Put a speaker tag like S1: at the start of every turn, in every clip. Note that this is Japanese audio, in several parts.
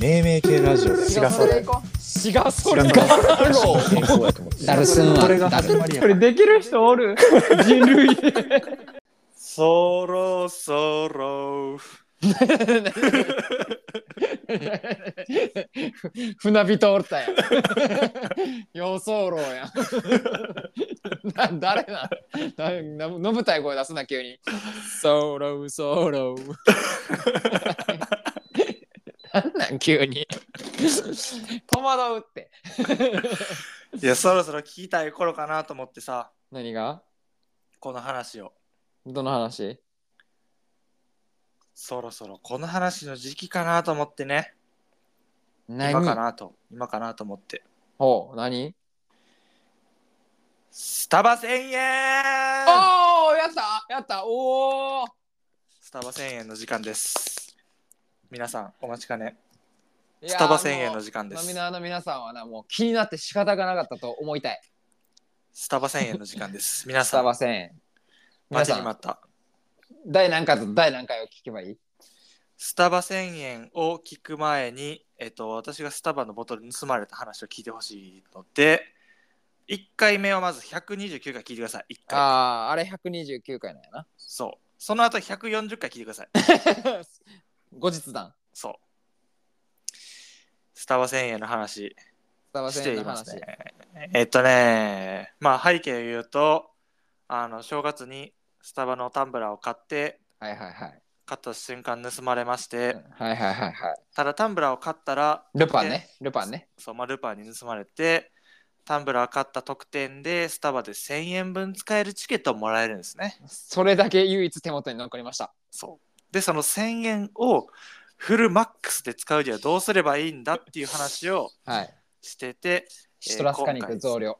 S1: 命名系ラジオだよ
S2: 違うそれ行こ
S3: 違うそれ
S1: 違う
S3: か
S1: 健康やと思って
S4: ダルスンは
S2: これが
S4: ダル
S3: これできる人おる人類
S5: そろそろ
S3: 船人おったやん予想論やんな誰なんなな飲むたい声出すな急にソロソ ロなんなん急に戸惑うって
S5: いやそろそろ聞きたい頃かなと思ってさ
S3: 何が
S5: この話を
S3: どの話
S5: そろそろこの話の時期かなと思ってね今
S3: 何
S5: かなと今かなと思って
S3: ほう何
S5: スタバ1000円
S3: おおやったやったおお
S5: スタバ1000円の時間です皆さんお待ちかね
S3: いや
S5: スタバ1000円の時間
S3: も
S5: で
S3: う飲
S5: す
S3: みのあの皆さんはなもう気になって仕方がなかったと思いたい
S5: スタバ1000円の時間 です皆
S3: ス
S5: さ
S3: タ
S5: ん
S3: バ1000円皆
S5: 待ち
S3: さ
S5: に
S3: ん
S5: 待った
S3: 第何回と第何回を聞けばいい
S5: スタバ1000円を聞く前に、えっと、私がスタバのボトル盗まれた話を聞いてほしいので、1回目はまず129回聞いてください。1
S3: あ
S5: 回。
S3: ああれ129回なんや な
S5: そう。その後140回聞いてください。
S3: 後日談
S5: そう。スタバ1000円の話
S3: スタバ
S5: して
S3: 1000
S5: い
S3: 円の
S5: ます
S3: 話、
S5: ね。えっとね、まあ背景を言うと、あの正月にスタバのタンブラーを買って、
S3: はいはいはい
S5: 買った瞬間盗まれまして、
S3: はいはいはいはい
S5: ただタンブラーを買ったら、
S3: ルパンねルパンね
S5: そう、まあ、ルパンに盗まれて、タンブラー買った特典で、スタバで1000円分使えるチケットをもらえるんですね。
S3: それだけ唯一手元に残りました
S5: そう。で、その1000円をフルマックスで使うにはどうすればいいんだっていう話を
S3: はい
S5: してて、
S3: シトラス果肉増量、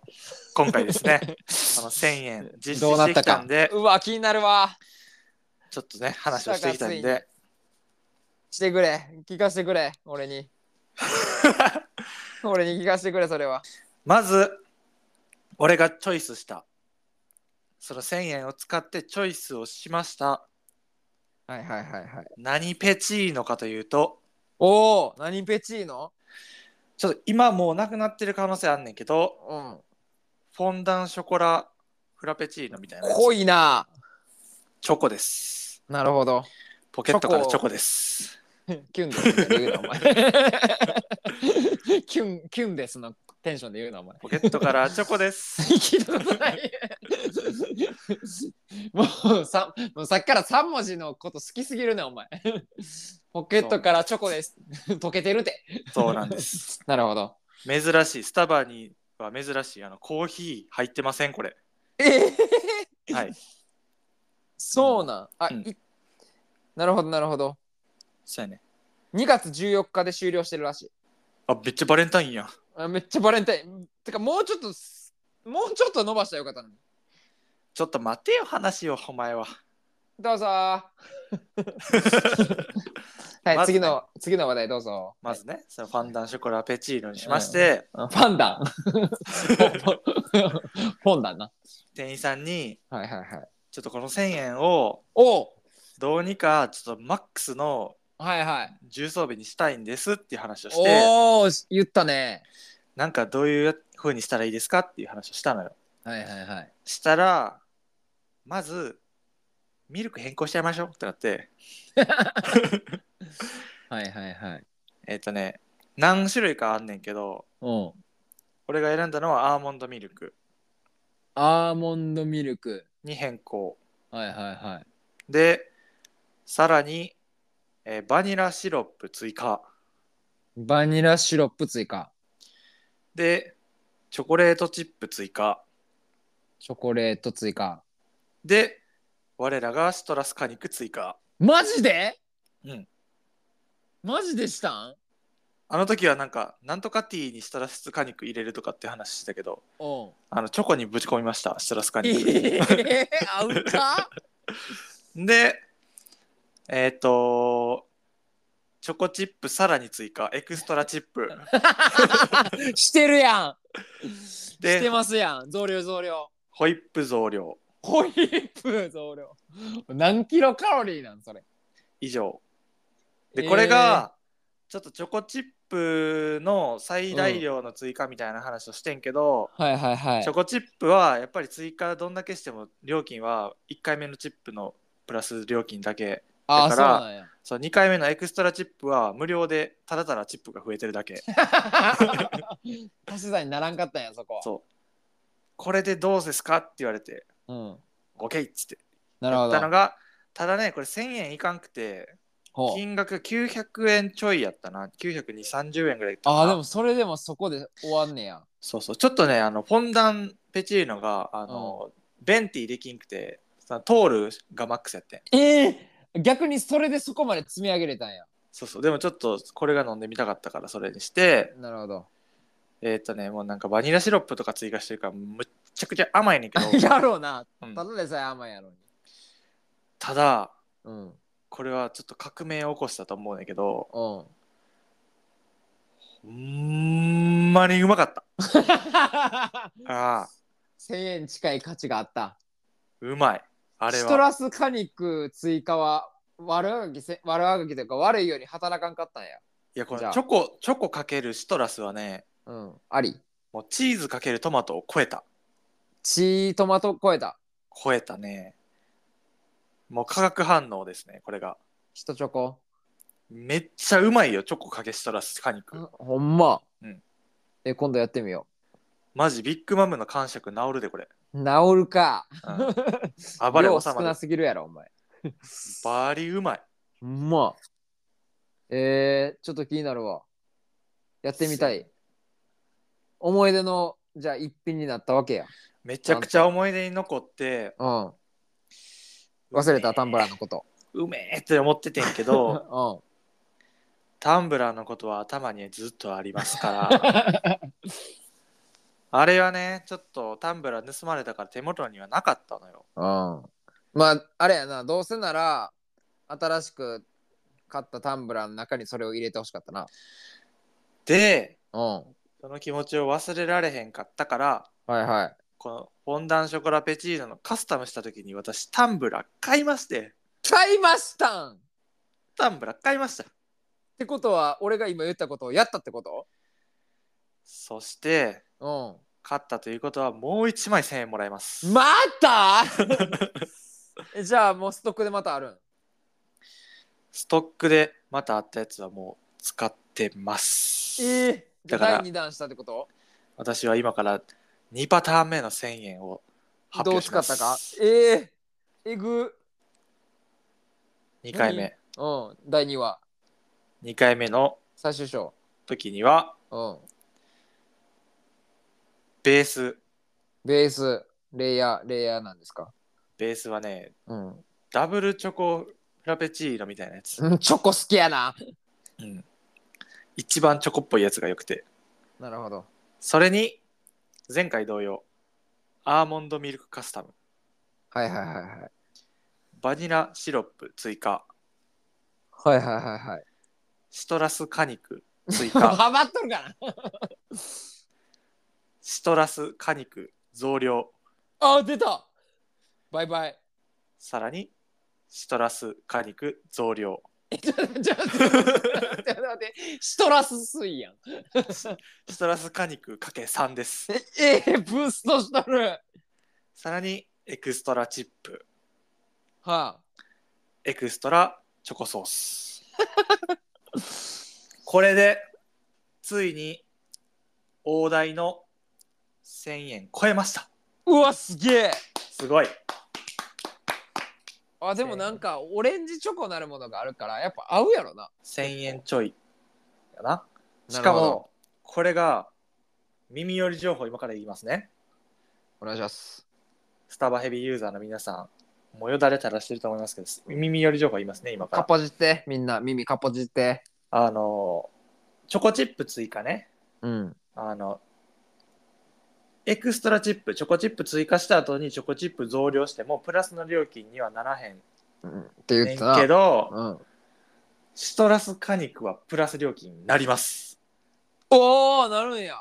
S5: 今回です ね、その1000円実施
S3: どうな
S5: し
S3: ってた
S5: きた
S3: か
S5: んで、
S3: うわ気になるわ
S5: ちょっとね、話をしていきたいん
S3: 下が
S5: で、
S3: してくれ聞かせてくれ俺 に俺に聞かせてくれそれは
S5: まず、俺がチョイスした、その1000円を使ってチョイスをしました。
S3: はいはいはいはい
S5: 何ペチーノかというと、
S3: おお何ペチーノ
S5: ちょっと今もうなくなってる可能性あんねんけど、
S3: うん
S5: フォンダンショコラフラペチーノみたいなやつ
S3: 濃いな
S5: チョコです。
S3: なるほど
S5: ポケットから
S3: チ
S5: チ
S3: ョ
S5: ョ
S3: コ
S5: コです。
S3: キュンです言うなお前 キュンキュンですのテンションで言うなお前
S5: ポケットからチョコです。
S3: 聞いたことない もうさもうさっきから3文字のこと好きすぎるねお前ポケットからチョコです溶けてるて
S5: そうなんです。
S3: なるほど
S5: 珍しい、スタバには珍しい、あの、コーヒー入ってません、これ。
S3: ええ
S5: はい。
S3: そうなんあ、
S5: うん
S3: いなるほどなるほど
S5: そうやね。
S3: 2月14日で終了してるらしい
S5: あ、めっちゃバレンタインやん。
S3: あめっちゃバレンタインてかもうちょっとすもうちょっと伸ばしたらよかったのに
S5: ちょっと待てよ、話を、お前は。
S3: どう ぞーはい、
S5: まずね
S3: 次の次の話題どうぞ
S5: まずね、そのファンダンショコラペチーノにしまして、
S3: あファンダン フォンダンな
S5: 店員さんに、
S3: はいはいはい
S5: ちょっとこの1000円を、
S3: おう
S5: どうにか、ちょっとマックスの
S3: はいはい
S5: 重装備にしたいんですっていう話をして、
S3: おお言ったね
S5: なんかどういう風にしたらいいですかっていう話をしたのよ。
S3: はいはいはい
S5: したら、まず、ミルク変更しちゃいましょうってなって、
S3: はいはいはい
S5: えっ、とね、何種類かあんねんけど、
S3: うん
S5: 俺が選んだのはアーモンドミルク
S3: アーモンドミルク
S5: に変更。
S3: はいはいはい
S5: で、さらに、えーバニラシロップ追加。
S3: バニラシロップ追加
S5: で、チョコレートチップ追加。
S3: チョコレート追加
S5: で、我らがシトラス果肉追加。
S3: マジで
S5: うん
S3: マジでしたん
S5: あの時はなんか、なんとかティーにシトラス果肉入れるとかって話してたけど、
S3: おう
S5: あの、チョコにぶち込みました、シトラス果肉。
S3: ええアウタ
S5: で、えっ、と、チョコチップさらに追加、エクストラチップ。
S3: ーしてるやん
S5: で
S3: してますやん増量増量
S5: ホイップ増量
S3: ホイップ増量何キロカロリーなんそれ
S5: 以上。
S3: え
S5: で、
S3: ー
S5: これが、ちょっとチョコチップの最大量の追加みたいな話をしてんけど、
S3: はいはいはい
S5: チョ。コチップはやっぱり追加どんだけしても料金は1回目のチップのプラス料金だけ
S3: あ
S5: だ
S3: あ、そう
S5: から
S3: なんや。
S5: そう2回目のエクストラチップは無料でただただチップが増えてるだ け
S3: 足し算にならんかったんや、そこ。
S5: そうこれでどうですかって言われて
S3: うん。
S5: OK っつって
S3: なる
S5: や
S3: ほ
S5: ったの
S3: ど。
S5: がただねこれ1000円いかんくて
S3: ほう
S5: 金額が900円ちょいやったな92030円ぐらいいったかな
S3: ああ、でもそれでもそこで終わんねや。
S5: そうそうちょっとねあのフォンダンペチーノがあの、ベンティできんくてさトールがマックスやってん
S3: ええ逆にそれでそこまで積み上げれたんや。
S5: そうそうでもちょっとこれが飲んでみたかったからそれにして
S3: なるほど。
S5: えーっ、とねもうなんかバニラシロップとか追加してるからむっちゃくちゃ甘いねんけど、
S3: やろうな。
S5: うん
S3: ただでさえ甘いやろに。
S5: ただ
S3: うん。うん。
S5: これはちょっと革命を起こしたと思うんだけど ほんまにうまかったああ
S3: 1000円近い価値があった。
S5: うまいあれ
S3: シト
S5: は
S3: ラスカニック追加は悪あがきせ悪あがきというか悪いように働かんかったんや。
S5: いやこ
S3: じゃ
S5: の
S3: あ
S5: チョコチョコかけるシトラスはね
S3: うん。あり。
S5: もうチーズかけるトマトを超えた
S3: チートマト超えた。
S5: 超えたねもう化学反応ですねこれが
S3: シトチョコ。
S5: めっちゃうまいよチョコかけしたらスカニク
S3: ほんま。
S5: うん
S3: え、今度やってみよ
S5: マジビッグマムの感触治るでこ れ、
S3: う。治るか。
S5: うん暴れ
S3: 量
S5: 王
S3: 少
S5: 様
S3: な
S5: です
S3: ぎるやろ、お前。
S5: バリうまい
S3: ほんま。えー、ちょっと気になるわ。やってみたい。思い出の、じゃあ一品になったわけや。
S5: めちゃくちゃ思い出に残って
S3: うん。忘れた、タンブラーのこと。
S5: うめえって思っててんけ
S3: う
S5: ど
S3: ん。
S5: タンブラーのことは頭にずっとありますからあれはねちょっとタンブラー盗まれたから手元にはなかったのよ
S3: うん。まあ、あれやな、どうせなら、新しく買ったタンブラーの中にそれを入れてほしかったな。
S5: で
S3: うん。
S5: その気持ちを忘れられへんかったから
S3: はいはい。
S5: このフォンダンショコラペチーノのカスタムした時に私タンブラー買いまして
S3: 買いましたんっ
S5: タンブラー買いました
S3: てことは、俺が今言ったことをやったってこと
S5: そして
S3: う
S5: 勝ったということはもう1枚1000円もらえます、
S3: ん。また えじゃあもうストックでまたあるん
S5: ストックでまたあったやつはもう使ってます、
S3: ええじゃ
S5: だ
S3: あ
S5: から
S3: 第2弾したってこと
S5: 私は今から2パターン目の1000円を発
S3: どう
S5: 表し
S3: 使
S5: ま
S3: っ
S5: す
S3: たかえええぐ
S5: 2回目
S3: うん第2話
S5: 2回目の
S3: 最終章
S5: 時には
S3: うん
S5: ベース
S3: ベースレイヤーレイヤーなんですか
S5: ベースはね
S3: うん
S5: ダブルチョコフラペチーノみたいなやつ、
S3: うんチョコ好きやな
S5: うん一番チョコっぽいやつが良くて
S3: なるほど
S5: それに前回同様アーモンドミルクカスタム
S3: はいはいはいはい
S5: バニラシロップ追加
S3: はいはいはいはい
S5: シトラス果肉追 加
S3: ハマっとるかな
S5: シトラス果肉増量
S3: あ出たバイバイ
S5: さらにシトラス果肉増量
S3: えちょっと待ってちょっと待ってちょっと待ってシトラス水やん
S5: シトラス果肉かけ3です
S3: ええブーストしとるは
S5: さらにエクストラチップ
S3: あ
S5: エクストラチョコソースこれでついに大台の1000円超えました
S3: うわすげえ
S5: すごい
S3: あでもなんかオレンジチョコなるものがあるからやっぱ合うやろな
S5: 1000円ちょいやなし
S3: な
S5: か
S3: るほど
S5: もこれが耳寄り情報今から言いますね
S3: お願いします
S5: スタバヘビーユーザーの皆さんもうよだれ垂らしてると思いますけど耳寄り情報言いますね今
S3: か
S5: か
S3: っぽじってみんな耳かっぽじって
S5: らあのチョコチップ追加ね
S3: うん
S5: あのエクストラチップチョコチップ追加した後にチョコチップ増量してもプラスの料金にはならへん
S3: うんって言
S5: ね
S3: っ
S5: ん
S3: てた
S5: け
S3: な
S5: ど
S3: うん
S5: シトラス果肉はプラス料金になります
S3: おおなるんや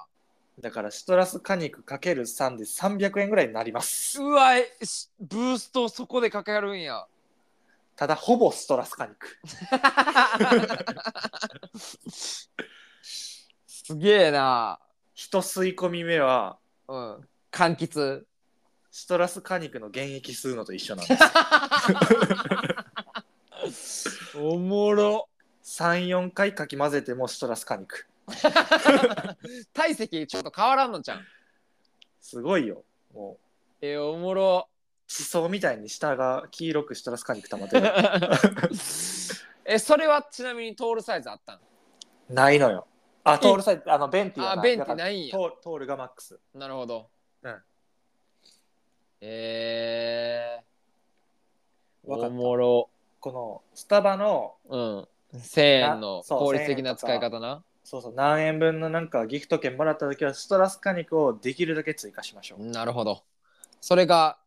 S5: だからシトラス果肉 ×3 で300円ぐらいになります
S3: うわえしブーストそこでかけるんや
S5: ただほぼストラスカニク
S3: すげえな。
S5: 一吸い込み目は
S3: うん。柑橘。
S5: ストラスカニクの原液吸うのと一緒なん です
S3: おもろ。
S5: 34回かき混ぜてもストラスカニク
S3: 体積ちょっと変わらんのじゃん。
S5: すごいよもう
S3: えー、おもろ。
S5: 地層みたいに下が黄色くストラスカニク溜まってる
S3: え、それはちなみにトールサイズあったん
S5: ないのよあトールサイズあのベンティは
S3: あ、ベンティ
S5: だから
S3: ないんや。
S5: トールトールがマックス
S3: なるほど。
S5: うん。
S3: えー、
S5: わか
S3: お
S5: った
S3: もろ。
S5: このスタバの
S3: うん。1000円の
S5: あそう
S3: 効率的な
S5: 1000
S3: 使
S5: 円
S3: い
S5: とか
S3: 方な。
S5: そうそう何円分のなんかギフト券もらった時はストラスカニクをできるだけ追加しましょう、
S3: なるほど。それが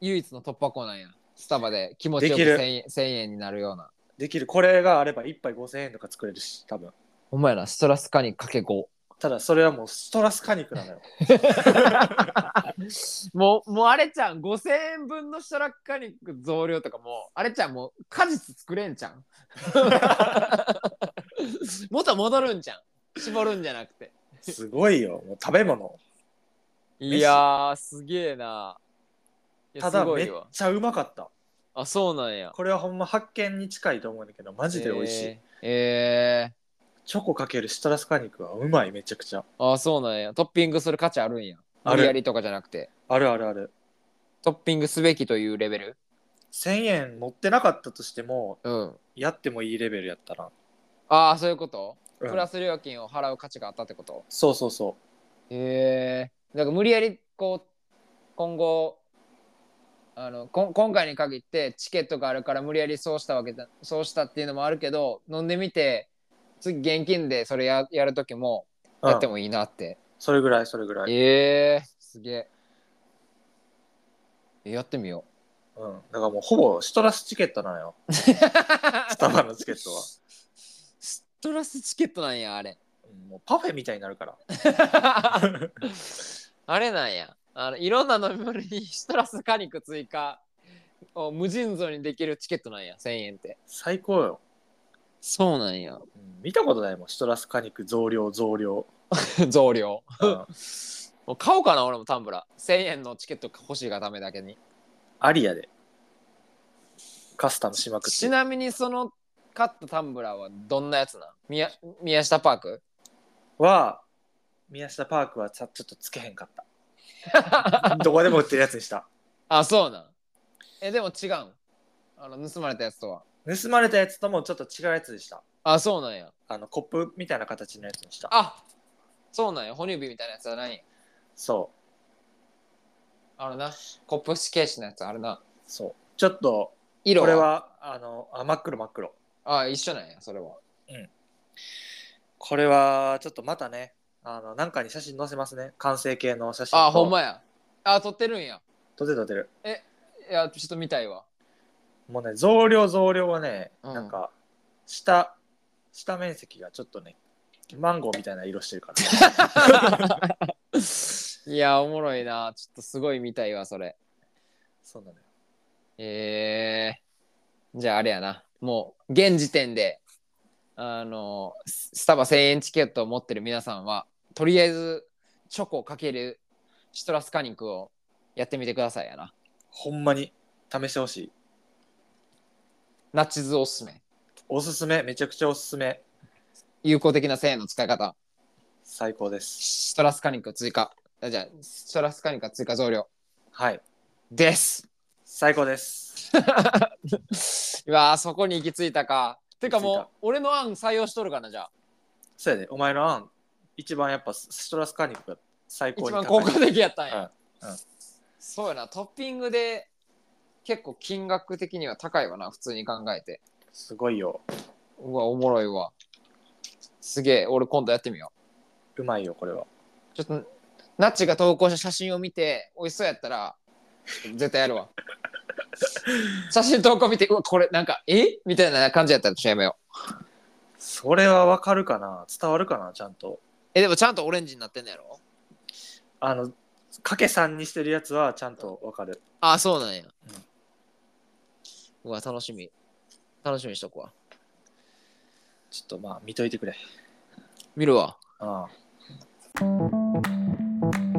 S3: 唯一の突破口なんや。スタバで気持ちよく
S5: できる
S3: 1000, 円1000円になるような。
S5: できるこれがあれば1杯5000円とか作れるし多分
S3: ほんまやな、ストラスカニかけ5。
S5: ただそれはもうストラスカニクなのよ
S3: もう、もうあれちゃん、5000円分のストラッカニック増量とかもう、あれちゃん、もう果実作れんじゃ ん。元戻るんじゃん。絞るんじゃなくて。
S5: すごいよもう食べ物
S3: いやー、すげえな。いや
S5: た
S3: す
S5: だ
S3: ご
S5: めっ
S3: いわ。
S5: ちゃうまかった
S3: あ、そうなんや。
S5: これはほんま発見に近いと思うんだけどマジで美味しい、
S3: えーえ
S5: チョコかけるストラスカニクはうまいめちゃくちゃ
S3: ーあ、そうなんや。トッピングする価値あるんや。
S5: あ
S3: 無
S5: る
S3: 理やりとかじゃなくて。
S5: あるあるある
S3: トッピングすべきというレベル。
S5: 1000円持ってなかったとしても
S3: うん。
S5: やってもいいレベルやったな、
S3: ああ、そういうこと、
S5: うん
S3: プラス料金を払う価値があったってこと
S5: そうそうそ
S3: へえなんか無理やりこう今後あのこん今回に限ってチケットがあるから無理やりそうしたわけだそうしたっていうのもあるけど飲んでみて次現金でそれややる時も
S5: う、うん
S3: やってもいいなって、
S5: それぐらいそれぐらい、
S3: ええすげええやってみよ
S5: うん、だからもうほぼストラスチケットなの よ
S3: う
S5: ス
S3: ス
S5: タバのチケットは、
S3: トラスチケットなんや あれ
S5: うんもうパフェみたいになるから
S3: あれなんやあのいろんな飲み物にシトラス果肉追加を無尽蔵にできるチケットなんや1000円って
S5: 最高よ、
S3: そうなんや
S5: うん見たことないもんストラス果肉増量増量、
S3: 増量
S5: うん、
S3: もう買おうかな俺もタンブラー1000円のチケット欲しいがためだけに
S5: アリアでカスタムしまくっ
S3: ち
S5: て
S3: なみにその買ったタンブラーはどんなやつなん宮宮下パーク
S5: は宮下パークはさちょっとつけへんかった どこでも売ってるやつにした
S3: あそうなんえでも違うんあの盗まれたやつとは
S5: 盗まれたやつともちょっと違うやつにした
S3: あそうなんや
S5: あのコップみたいな形のやつにした
S3: あそうなんや哺乳瓶みたいなやつじゃないんや
S5: そ
S3: あるなコップ死刑士のやつあるな
S5: うそうちょっと
S3: 色
S5: これはあのあ真っ黒真っ黒
S3: あ一緒なんやそれは
S5: これはちょっとまたねあのなんかに写真載せますね完成形の写真と
S3: あほんまやあ撮ってるんや
S5: 撮ってる撮ってる
S3: いやちょっと見たいわ
S5: もうね増量増量はね、
S3: うん
S5: なんか下下面積がちょっとねマンゴーみたいな色してるから
S3: いやおもろいなちょっとすごい見たいわそれ
S5: そうなのよ
S3: えー、じゃああれやなもう現時点であのススタバ1000円チケットを持ってる皆さんはとりあえずチョコかけるシトラスカニクをやってみてくださいやな
S5: ほんまに試してほしい
S3: ナッチズおすすめ
S5: おすすめめちゃくちゃおすすめ
S3: 有効的な1000円の使い方
S5: 最高です
S3: シトラスカニク追加あじゃあシトラスカニク追加増量
S5: はい
S3: です
S5: 最高です
S3: いやーそこに行き着いたかてか
S5: 行き着い
S3: もう
S5: た
S3: 俺の案採用しとるかなじゃあ
S5: そうやでお前の案一番やっぱストラスカーニックが最高
S3: 一
S5: に高い
S3: 番効果的やったんや、
S5: うんうん
S3: そうやなトッピングで結構金額的には高いわな普通に考えて
S5: すごいよ
S3: うわおもろいわすげえ俺今度やってみよ
S5: うまいよこれは
S3: うちょっとナッチが投稿した写真を見て美味しそうやったら絶対やるわ 写真投稿見てうわこれなんかえみたいな感じやったらちょっとやめよう
S5: それはわかるかな伝わるかなちゃんと
S3: えでもちゃんとオレンジになってんのやろ
S5: あのかけさんにしてるやつはちゃんとわかる
S3: あそうなんや、
S5: う
S3: うわ楽しみ楽しみにしとくわ。
S5: ちょっとまあ見といてくれ。
S3: 見るわ。
S5: ああ